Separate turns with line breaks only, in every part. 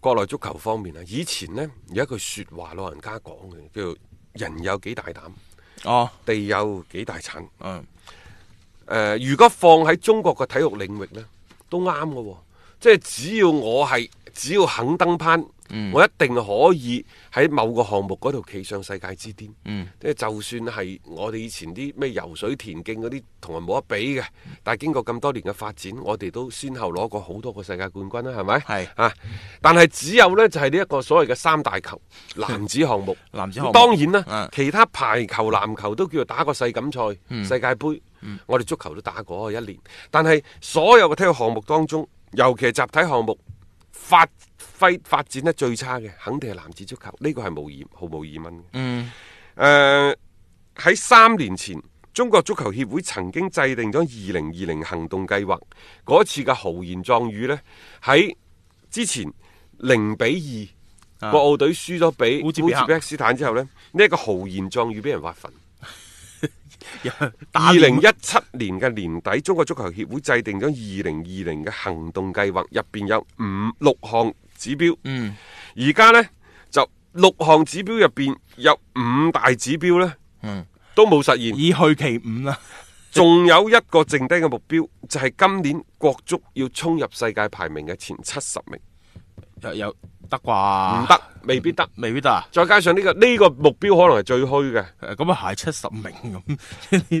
國內足球方面啊，以前呢，有一句説話老人家講嘅，叫做人有幾大膽，
哦，
地有幾大產。誒、
嗯，
如果放喺中國嘅體育領域呢，都啱嘅喎。即係只要我係只要肯登攀，
嗯
我一定可以喺某個項目嗰度企上世界之巔。
嗯
即係就算係我哋以前啲咩游水、田徑嗰啲，同人冇得比嘅。但係經過咁多年嘅發展，我哋都先後攞過好多個世界冠軍啦，係咪？
係
啊，但係只有呢，就係呢一個所謂嘅三大 球男子項目。
男子
咁
項目
當然啦
嗯，
其他排球、籃球都叫做打過世錦賽、世界盃，
嗯
我哋足球都打過一年。但係所有嘅體育項目當中，尤其係集體項目發揮發展得最差嘅，肯定係男子足球，呢個係無疑毫無疑問嘅。
嗯，
誒呃喺三年前，中國足球協會曾經制定咗二零二零行動計劃。嗰次嘅豪言壯語呢，喺之前零比二
啊
國奧隊輸咗俾
烏
烏
茲
茲
別克
別克斯坦之後呢，呢一個豪言壯語俾人挖墳。
打
二
臉
零一七年嘅年底，中國足球協會制定咗二零二零嘅行動計劃，入邊有五六項指標。
嗯，
而家呢，就六項指標入邊有五大指標呢，
嗯
都冇實現。
已去其五啦，
仲有一個剩低嘅目標，就係、今年國足要衝入世界排名嘅前七十名，
有有得
唔
啩？
得，未必得。
未必得啊！
再加上呢、個呢、個目標可能係最虛嘅。
誒咁啊，係七十名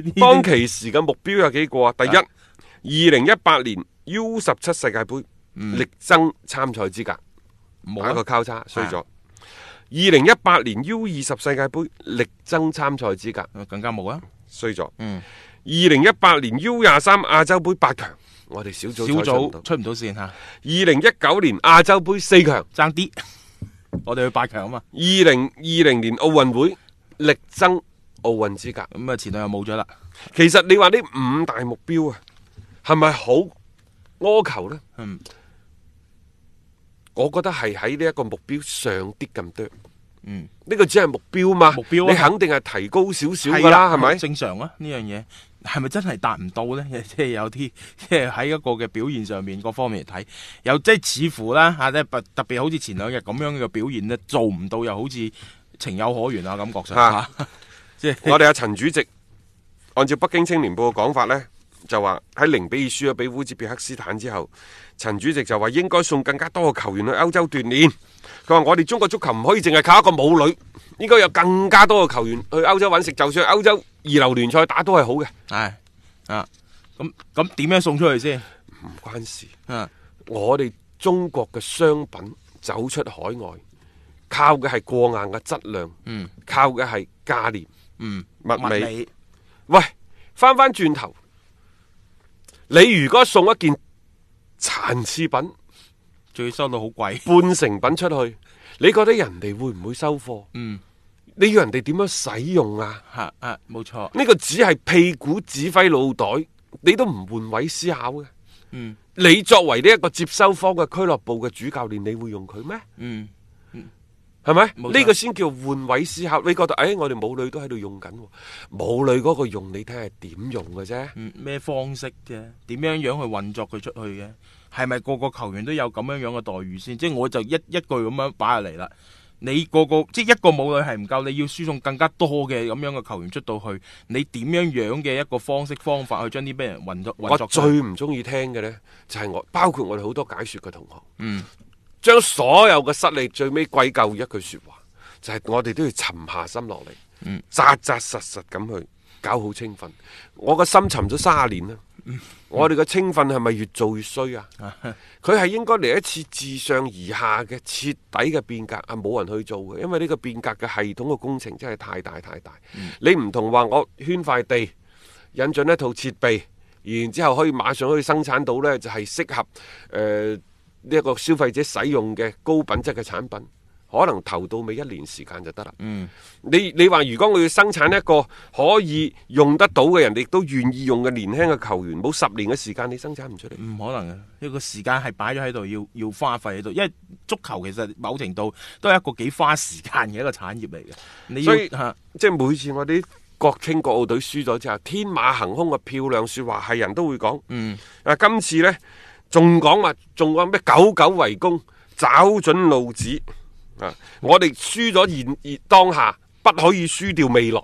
咁，
當其時嘅目標有幾個啊？第一，二零一八年 U 十七世界盃力爭參賽資格，
嗯冇啊
打
一
個
個
交叉衰咗。二零一八年 U 二十世界盃力爭參賽資格，
更加冇啊！
衰咗。
嗯
二零一八年 U 廿三亞洲盃八強，我哋小
小
組賽上唔到
組出唔到線嚇，
二零一九年亞洲盃四強，二
爭啲，我哋去八強啊嘛，
零二零年奧運會力爭奧運資格。
咁啊前兩日冇咗啦，
其實你話呢五大目標啊，係咪好苛求呢？
嗯，
我覺得係喺呢一個目標上啲咁多。
嗯，
呢個只係目標嘛，
目標啊
你肯定係提高少少
係
噶啦，係咪？
正常啊，呢樣嘢係咪真係達唔到呢？ 即係有啲即係喺一個嘅表現上面各方面嚟睇，又即係似乎啦嚇，啊即係特特別好似前兩日咁樣嘅表現呢，做唔到又好似情有可原啊，感覺上
啊
嚇， 即係
我哋阿陳主席按照北京青年報嘅講法呢，就話喺零比二輸咗俾烏茲別克斯坦之後，陳主席就話應該送更加多嘅球員去歐洲鍛煉。佢話我哋中國足球唔可以淨係靠一個武磊，應該有更加多嘅球員去歐洲揾食。就算歐洲二流聯賽打都係好嘅，
唉啊，咁咁點樣送出去先？
唔關事。
啊，
我哋中國嘅商品走出海外，靠嘅係過硬嘅質量，
嗯
靠嘅係價廉
嗯，
物
物
美。
理
喂，翻翻轉頭，你如果送一件殘次品、
仲要收到好貴，
半成品出去，你覺得人哋會唔會收貨？
嗯
你要人哋點樣使用啊？
嚇啊，冇錯，
呢、個只係屁股指揮腦袋，你都唔換位思考嘅。
嗯
你作為呢一個接收方嘅俱樂部嘅主教練，你會用佢咩？
嗯。
係咪？
冇錯
呢個先叫換位思考。你覺得，誒、哎我哋母女都喺度用緊喎，母女嗰個用，你睇係點用嘅啫。
嗯，咩方式啫？點樣樣去運作佢出去嘅？係咪個個球員都有咁樣樣嘅待遇先？即係我就一一句咁樣擺入嚟啦。你個個即係一個武磊係唔夠，你要輸送更加多嘅咁樣嘅球員出到去，你點樣樣嘅一個方式方法去將啲俾人運作
我
運作出
最
去？
唔中意聽嘅呢，就係、我包括我哋好多解說嘅同學，
嗯，
將所有嘅失利最尾歸咎於一句說話，就係、我哋都要沉下心落嚟，
嗯
扎扎實實咁去搞好青訓。我個心沉咗三十年啦，
嗯
我哋嘅青訓係咪越做越衰啊？佢係應該嚟一次自上而下嘅徹底嘅變革，係冇人去做嘅，因為呢個變革嘅系統嘅工程真係太大太大。你唔同話我圈塊地，引進一套設備，然之後可以馬上可以生產到呢，呃就係適合誒呢一個消費者使用嘅高品質嘅產品。可能頭到尾一年時間就得啦。
嗯，
你你話如果我要生產一個可以用得到嘅人，亦都願意用嘅年輕嘅球員，冇十年嘅時間你生產唔出嚟。
唔可能嘅，呢個時間係擺咗喺度，要要花費喺度，因為足球其實某程度都係一個幾花時間嘅一個產業嚟嘅。你要
所以
嚇
即係每次我哋啲國青國奧隊輸咗之後，天馬行空嘅漂亮説話係人都會講。
嗯
啊，今次呢，仲講話，仲講咩久久為功，找準路子啊！我哋輸咗現現當下，不可以輸掉未來。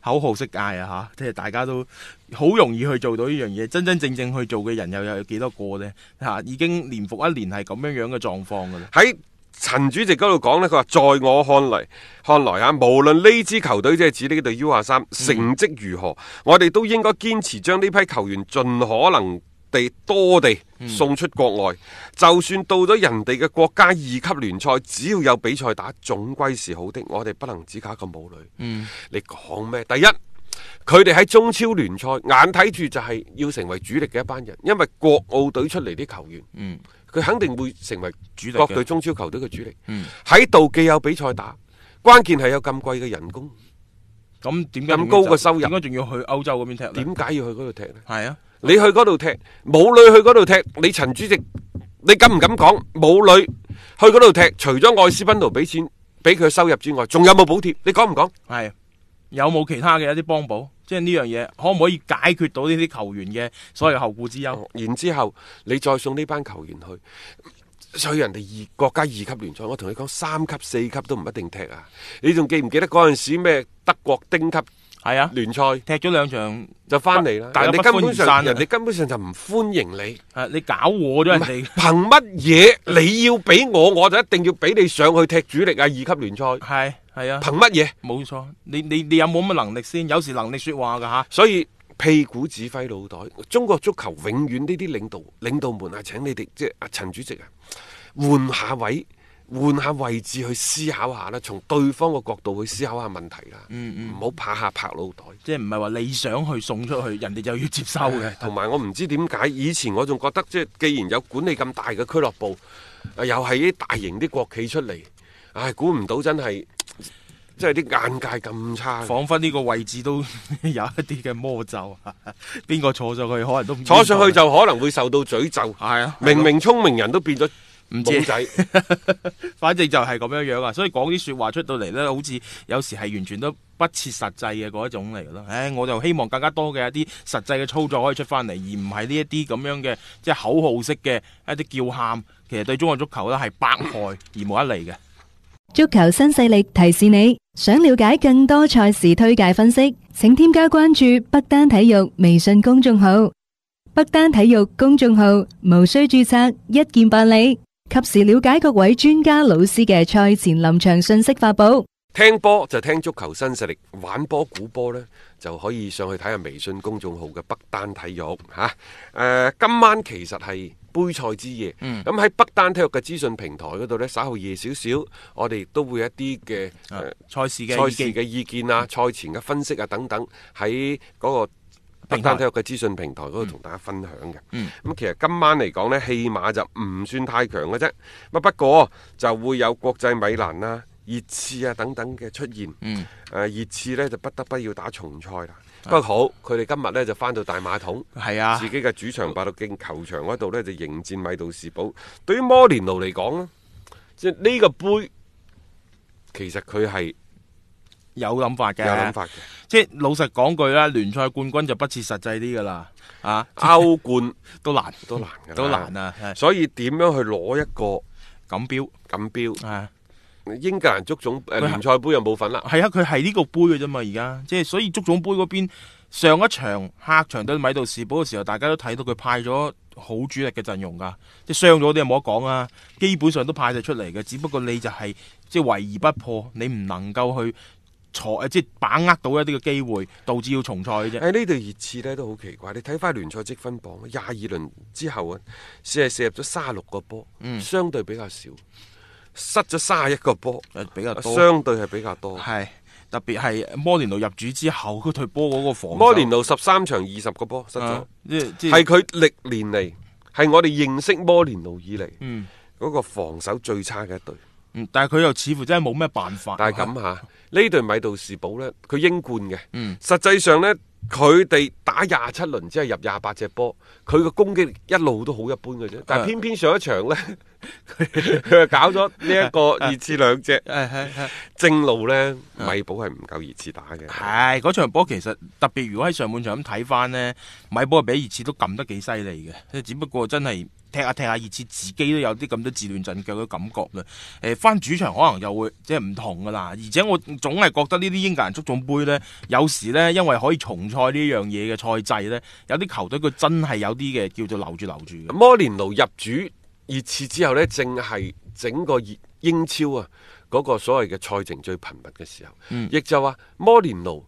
口號式嗌啊嚇，即係大家都好容易去做到呢樣嘢，真真正正去做嘅人又有幾多個呢？嚇、已經年復一年係咁樣樣嘅狀況㗎啦。
喺陳主席嗰度講呢，佢話在我看嚟，看來啊，無論呢支球隊即係指呢隊 U 廿三成績如何，我哋都應該堅持將呢批球員盡可能地多地送出國外。就算到咗人哋嘅國家二級聯賽，只要有比賽打，總歸是好的。我哋不能只靠一個武磊。
嗯。
你講咩？第一，佢哋喺中超聯賽眼睇住就係要成為主力嘅一班人，因為國奧隊出嚟啲球員，
嗯，
佢肯定會成為
主力嘅
各隊中超球隊嘅主力
嗯。
喺度既有比賽打，關鍵係有咁貴嘅人工，
咁點解
咁
仲要
高嘅
走
收入
點解仲要去歐洲嗰邊踢呢？
點解要去嗰度踢呢？
係啊，
你去嗰度踢，武磊去嗰度踢，你陳主席，你敢唔敢講武磊去嗰度踢？除咗愛斯賓奴俾錢俾佢收入之外，仲有冇補貼？你講唔講？
係啊有冇其他嘅一啲幫補？即係呢樣嘢可唔可以解決到呢啲球員嘅所謂後顧之憂？
然之後你再送呢班球員去。所以人哋二國家二級聯賽，我同你講三級、四級都唔一定踢啊！你仲記唔記得嗰陣時咩德國丁級
係啊，
聯賽
踢咗兩場，
就翻嚟啦？
大家
人哋
不
根
歡
本
而散啊
上人哋根本上就唔歡迎你，
啊你搞和咗人
唔係，
哋
憑乜嘢你要俾我，我就一定要俾你上去踢主力啊！二級聯賽憑
係係啊，
乜嘢？
冇錯。你你你有冇咁嘅能力先？有時能力說話㗎吓。
所以屁股指揮腦袋，中國足球永遠呢啲領導領導們啊，請你哋即係阿陳主席啊，換下位。換下位置去思考下啦，從對方嘅角度去思考下問題啦，
嗯
唔好拍下拍腦袋。
即係唔係話你想去送出去，人哋就要接收嘅。
同埋我唔知點解，以前我仲覺得即係既然有管理咁大嘅俱樂部，啊又係啲大型啲國企出嚟，唉，估唔到真係即係啲眼界咁差嘅。
彷彿呢個位置都 有一啲嘅魔咒，啊邊個坐上去可能都唔
坐上去就可能會受到詛咒。
係啊，
明明聰明人都變咗
唔知
懵。仔。
反正就係咁樣樣啊，所以講啲説話出到嚟呢，好似有時係完全都不切實際嘅嗰一種嚟咯。唉，我就希望更加多嘅一啲實際嘅操作可以出翻嚟，而唔係呢一啲咁樣嘅即係口號式嘅一啲叫喊，其實對中國足球呢係百害而無一利嘅。
足球新勢力提示你，想了解更多賽事推介分析，請添加關注北單體育微信公眾號。北單體育公眾號無需注冊，一鍵辦理，及時了解各位專家老師嘅賽前臨場信息發布。
聽波就聽足球新勢力，玩波估波呢，就可以上去睇下微信公眾號嘅北單體育吓。誒、今晚其實係杯賽之夜，咁喺、北單體育嘅資訊平台嗰度呢，稍後夜少少，我哋都會有一啲嘅
啊
誒
賽事嘅
賽
意
事
見嗯
嘅意見啊、賽前嘅分析啊等等，喺嗰個北
平台
單體育嘅資訊平台嗰度同大家分享嘅。咁、
嗯
其實今晚嚟講呢，戲碼就唔算太強嘅啫。乜不過就會有國際米蘭啊、熱刺啊等等嘅出現。
嗯，
誒熱刺呢就不得不要打重賽啦。不過好，佢哋今日呢就翻到大馬桶。
係啊
自，己嘅主場白鹿徑球場嗰度呢，就迎戰米杜士堡。對於摩連奴嚟講呢，即係呢個杯，其實佢係
有諗法嘅，
有諗法嘅。
即係老實講句啦，聯賽冠軍就不切實際啲㗎啦，啊，
歐冠
都難，
都難㗎啦，
都難啊，係
所以點樣去攞一個
錦標
錦標？
啊。
英格蘭足總誒
喂
聯賽杯又冇份啦。
係啊，佢係呢個杯嘅啫嘛，而家即係所以足總杯嗰邊上一場客場對米杜士堡嘅時候，大家都睇到佢派咗好主力嘅陣容噶，即係傷咗啲嘢冇得講啊，基本上都派晒出嚟嘅，只不過你就係、即係圍而不破，你唔能夠去坐誒，即係把握到一啲嘅機會，導致要重賽嘅啫。
喺呢隊熱刺呢都好奇怪，你睇翻聯賽積分榜，廿二輪之後啊，只係射入咗卅六個波，相對比較少，失咗卅一個波，
誒比較多
相對係比較多。
係特別係摩連奴入主之後，佢退波嗰個防守啊
摩連奴十三場二十個波失咗
啊，即係即係
係佢歷年嚟係我哋認識摩連奴以嚟
嗯
嗰個防守最差嘅一隊。
嗯，但係佢又似乎真係冇咩辦法。
但係咁吓，呢隊米杜士堡呢，佢英冠嘅，
嗯
實際上呢，佢哋打廿七輪只係入廿八隻波，佢個攻擊力一路都好一般嘅啫。
嗯
但係偏偏上一場呢， 佢佢就搞咗呢一 個熱刺兩隻
誒係係
正路呢，米堡係唔夠熱刺打嘅。
係嗰場波其實特別，如果喺上半場咁睇翻呢，米波比熱刺都撳得幾犀利嘅，只不過真係踢下踢下熱刺自己都有啲咁多自亂陣腳嘅感覺啦。誒、翻主場可能又會即係唔同噶啦，而且我總係覺得呢啲英格蘭足總杯呢，有時呢，因為可以重賽呢樣嘢嘅賽制呢，有啲球隊佢真係有啲嘅叫做留住留住嘅。
摩連奴入主熱刺之後呢，正係整個熱英超啊嗰、個所謂嘅賽程最頻密嘅時候，
嗯
亦、就話摩連奴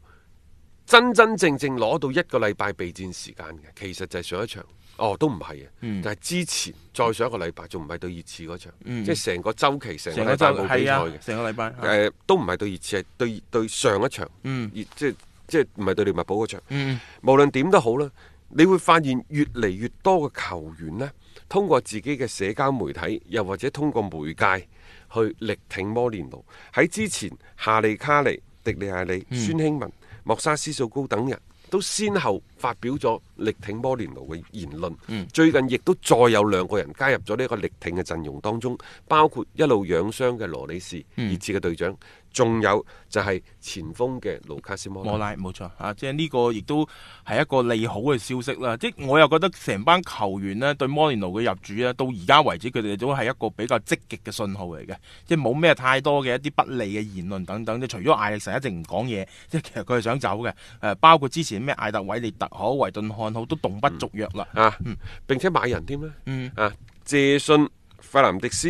真真正正攞到一個禮拜備戰時間嘅，其實就係上一場。哦，都唔係嘅，
嗯
但係之前再上一個禮拜仲唔係對熱刺嗰場，
嗯
即係成個周期成個禮拜
成個周
冇比
係
賽
啊
嘅，，
成個禮拜
誒、都唔係對熱刺，係對對上一場，
嗯
熱即係即係唔係對利物浦嗰場。
嗯
無論點都好啦，你會發現越嚟越多嘅球員呢，通過自己嘅社交媒體，又或者通過媒介去力挺摩連奴。喺之前，夏利卡尼、迪利亞
嗯
里、孫興文、莫沙斯素高等人都先後發表咗力挺摩連奴嘅言論。
嗯
最近亦都再有兩個人加入咗呢個力挺嘅陣容當中，包括一路養傷嘅羅里士、
嗯
熱刺嘅隊長，仲有就係前鋒嘅盧卡斯摩拉
莫。拉冇錯啊，即係呢個亦都係一個利好嘅消息啦。即係我又覺得成班球員呢對摩連奴嘅入主呢，到而家為止佢哋都係一個比較積極嘅信號嚟嘅，即係冇咩太多嘅一啲不利嘅言論等等。即係除咗艾力神一直唔講嘢，即係其實佢係想走嘅。誒，包括之前咩艾特韋列特好、維頓漢好都動不續約啦。
啊
嗯，
並且買人添啦，
嗯
啊，借信費南迪斯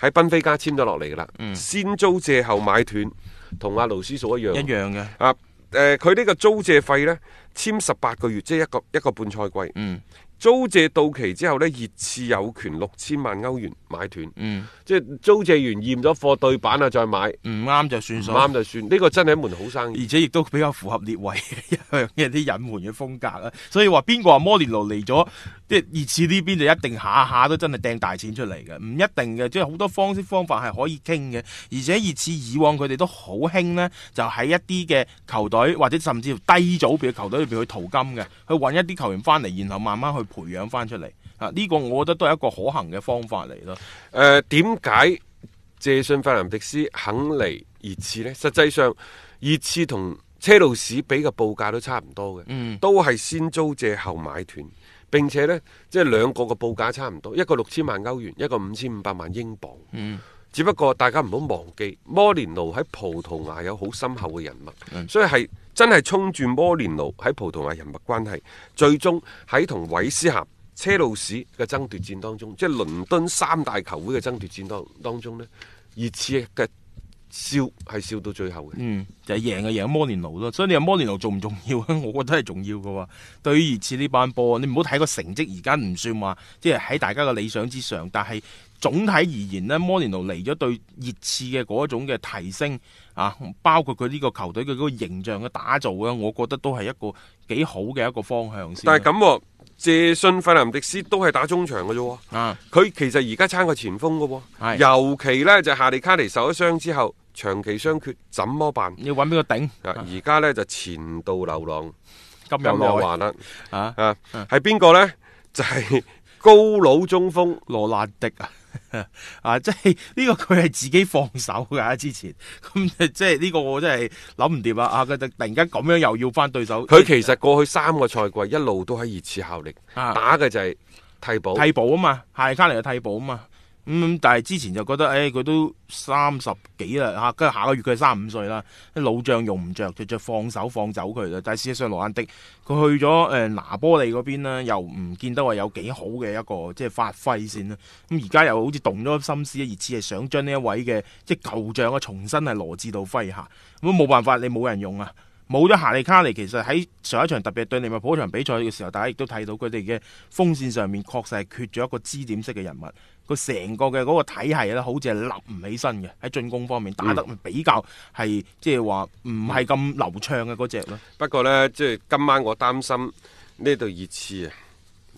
喺賓菲加簽咗落嚟噶啦，先租借後買斷，同阿盧斯數一樣
一
喎。
樣嘅。
啊，誒佢呢個租借費呢，簽十八個月，即係一個一個半賽季。
嗯
租借到期之後呢，熱刺有權六千萬歐元買斷，
嗯，
即係租借完驗咗貨對版啊，再買唔
唔啱就算數。
啱就算。呢個真係一門好生意。
而且亦都比較符合列維 一向嘅啲隱瞞嘅風格啦。所以話邊個話摩連奴嚟咗，即係熱刺呢邊就一定下下都真係掟大錢出嚟嘅，唔一定嘅，即係好多方式方法係可以傾嘅。而且熱刺以往佢哋都好興呢，就喺一啲嘅球隊或者甚至乎低組別嘅球隊裏邊去淘金嘅，去揾一啲球員翻嚟，然後慢慢去培養翻出嚟。啊，呢、個我覺得都係一個可行嘅方法嚟咯。
誒呃點解謝信費南迪斯肯嚟熱刺呢？實際上熱刺同車路士比嘅報價都差唔多嘅，
嗯
都係先租借後買斷。並且呢，即係兩個嘅報價差唔多，一個六千萬歐元，一個五千五百萬英鎊。
嗯
只不過大家唔好忘記，摩連奴喺葡萄牙有好深厚嘅人脈，
嗯
所以係真係衝住摩連奴喺葡萄牙人脈關係，最終喺同韋斯咸、車路士嘅爭奪戰當中，即係倫敦三大球會嘅爭奪戰當當中呢，熱刺嘅笑係笑到最後嘅。
嗯，就係贏嘅贏摩連奴咯，所以你話摩連奴重唔重要啊？ 我覺得係重要嘅喎。對於熱刺呢班波，你唔好睇個成績而家唔算話，即係喺大家嘅理想之上，但係總體而言呢，摩連奴嚟咗對熱刺嘅嗰種嘅提升啊，包括佢呢個球隊嘅嗰個形象嘅打造啊，我覺得都係一個幾好嘅一個方向先。
但係咁喎，謝信費南迪斯都係打中場嘅啫喎。
啊，
佢其實而家撐過前鋒嘅喎，
係
尤其呢，就夏利卡尼受咗傷之後，長期傷缺，怎麼辦？
你要揾邊個頂？
啊！而家呢就前度流浪
今日
有
內
有話啦，
啊，
啊
嗯
係邊個呢？就係、高佬中鋒，
羅納迪啊。 啊，即係呢、個佢係自己放手㗎，之前咁即係呢個我真係諗唔掂啦啊！佢突然間咁樣又要翻對手，
佢其實過去三個賽季一路都喺熱刺效力，
啊
打嘅就係替補。
替補啊嘛，夏卡尼嘅替補啊嘛。咁、但係之前就覺得，誒、佢都三十幾啦嚇，跟、住下個月佢三五歲啦，啲老將用唔着，就就放手放走佢啦。但係事實上，羅蘭迪佢去咗誒、拿波利嗰邊呢，又唔見得話有幾好嘅一個即係發揮先啦。咁而家又好似動咗心思，熱刺係想將呢一位嘅即係舊將啊，重新係羅致到麾下。咁冇辦法，你冇人用啊。冇咗夏利卡尼，其實喺上一場特別對利物浦嗰場比賽嘅時候，大家亦都睇到佢哋嘅鋒線上面確實係缺咗一個支點式嘅人物，佢成個嘅嗰個體系咧，好似係立唔起身嘅
嗯
喺進攻方面打得比較係即係話唔係咁流暢嘅嗰只咯。
不過呢，即係今晚我擔心呢隊熱刺啊，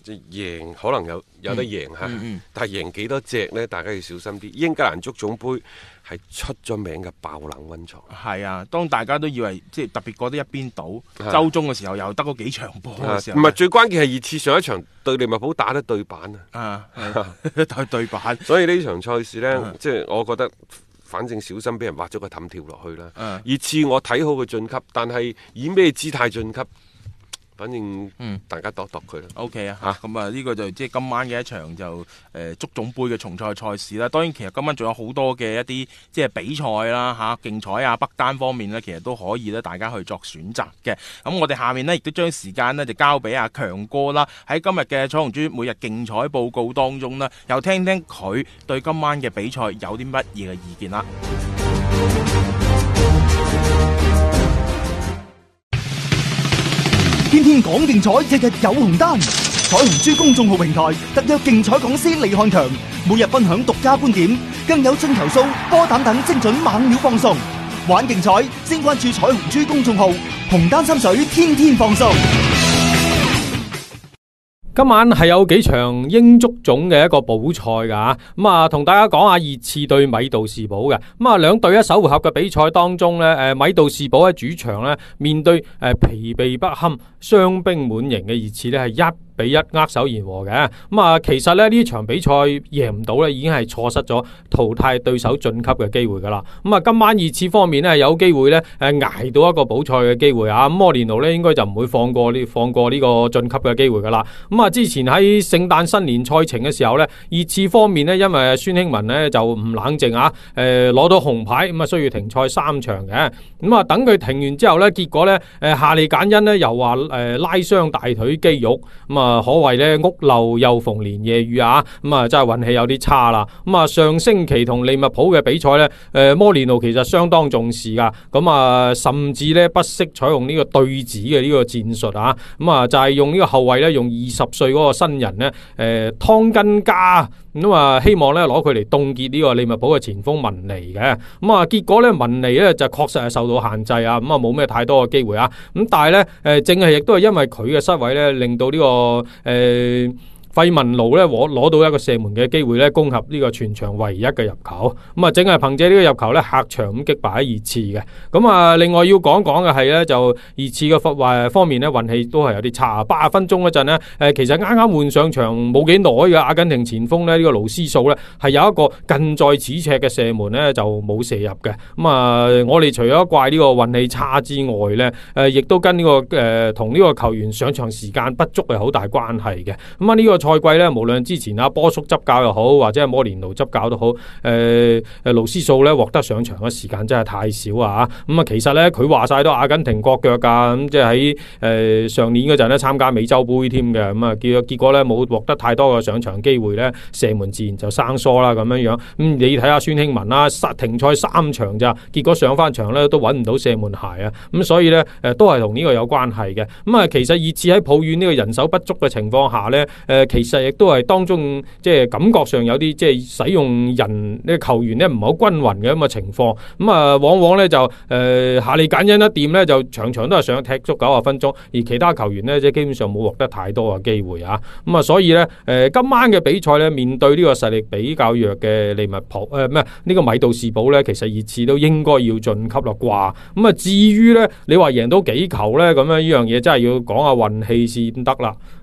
即係贏可能有有得贏嚇，
嗯嗯
但係贏幾多隻呢？大家要小心啲。英格蘭足總杯係出咗名嘅爆冷温床，
系啊，當大家都以為即係特別覺得一
係
邊倒，周中嘅時候又得嗰幾場波
啊
嘅時
唔
候
係、，最關鍵係熱刺上一場對利物浦打得對版啊！
啊，係 對對版，
所以呢場賽事呢，
嗯
即係我覺得，反正小心俾人挖咗個氹跳落去啦。
嗯
熱刺我睇好佢晉級，但係以咩姿態晉級，反正
嗯
大家度一度佢啦。
O K 啊，
啊
咁啊呢個就即係今晚嘅一場就誒足總杯嘅重賽賽事啦。當然其實今晚仲有好多嘅一啲即係比賽啦嚇，競彩啊、北單方面呢，其實都可以咧，大家去作選擇嘅。咁我哋下面呢，亦都將時間呢就交俾阿強哥啦。喺今日嘅彩虹珠每日競彩報告當中呢，又聽聽佢對今晚嘅比賽有啲乜嘢嘅意見啦。
天天講競彩，日日有紅單。彩虹珠公眾號平台特約競彩講師李漢強，每日分享獨家觀點，更有進球數、波膽等精準猛料放送。玩競彩，先關注彩虹珠公眾號，紅單心水，天天放送。
今晚係有幾場英足總嘅一個補賽噶咁啊同大家講下熱刺對米杜士堡嘅，咁啊兩隊一首回合嘅比賽當中呢，诶米杜士堡喺主場呢面對诶疲憊不堪、傷兵滿營嘅熱刺呢，係一比一握手言和嘅，咁啊其實呢，呢場比賽贏唔到呢，已經係錯失咗淘汰對手晉級嘅機會噶啦，咁啊今晚熱刺方面呢，有機會呢，诶捱到一個補賽嘅機會啊，咁摩連奴呢應該就唔會放過呢放過呢個晉級嘅機會噶啦。咁啊，之前喺聖誕新年賽程嘅時候呢，熱刺方面呢，因為孫興文呢就唔冷靜啊，誒、攞到紅牌，咁啊需要停賽三場嘅。咁啊，等佢停完之後呢，結果呢，誒、夏利簡恩呢又話誒、拉傷大腿肌肉，咁啊可謂呢屋漏又逢連夜雨啊，咁啊真係運氣有啲差啦。咁啊上星期同利物浦嘅比賽呢，誒、摩連奴其實相當重視噶，咁啊甚至呢不惜採用呢個對子嘅呢個戰術啊。咁啊就係用呢個後衞咧，用二十歲嗰個新人咧，誒、湯根加。咁啊，希望咧攞佢嚟凍結呢個利物浦嘅前鋒文尼嘅。咁啊，結果咧文尼咧就確實係受到限制啊，咁啊冇咩太多嘅機會啊。咁但係咧，誒、正係亦都係因為佢嘅失位咧，令到呢、個誒。費文奴咧攞攞到一個射門嘅機會咧，攻合呢個全場唯一嘅入球。咁啊，正係憑借呢個入球咧，客場咁擊敗咗熱刺嘅。咁啊，另外要講講嘅係咧，就熱刺嘅方誒方面咧，運氣都係有啲差。啊八十分鐘嗰陣咧，誒其實啱啱換上場冇幾耐嘅阿根廷前鋒咧，呢、個勞斯數咧係有一個近在咫尺嘅射門咧就冇射入嘅。咁啊，我哋除咗怪呢個運氣差之外咧，誒亦都跟呢、個誒同呢個球員上場時間不足係好大關係嘅。咁啊，呢個賽季咧，無論之前啊波叔執教又好，或者係摩連奴執教都好，誒誒勞斯數咧獲得上場嘅時間真係太少啊！咁啊，其實咧佢話晒都阿根廷國腳㗎，咁即係喺誒上年嗰陣咧參加美洲杯添嘅，咁啊結結果咧冇獲得太多嘅上場機會咧，射門自然就生疏啦咁樣樣。咁、你睇下孫興文啦，殺停賽三場咋，結果上翻場咧都揾唔到射門鞋啊，咁所以咧誒、都係同呢個有關係嘅。咁、啊，其實熱刺喺抱怨呢個人手不足嘅情況下咧。誒、其實亦都係當中即係感覺上有啲即係使用人呢個球員咧唔係好均勻嘅咁嘅情況。咁、啊，往往咧就呃誒、夏利簡恩一掂咧就場場都係想踢足九十分鐘，而其他球員咧即係基本上冇獲得太多嘅機會啊。咁、啊，所以咧誒、今晚嘅比賽咧面對呢個實力比較弱嘅利物浦誒咩呢個米杜士堡咧，其實熱刺都應該要晉級啦啩。咁啊，至於咧你話贏到幾球咧咁樣呢樣嘢真係要講下運氣先得啦。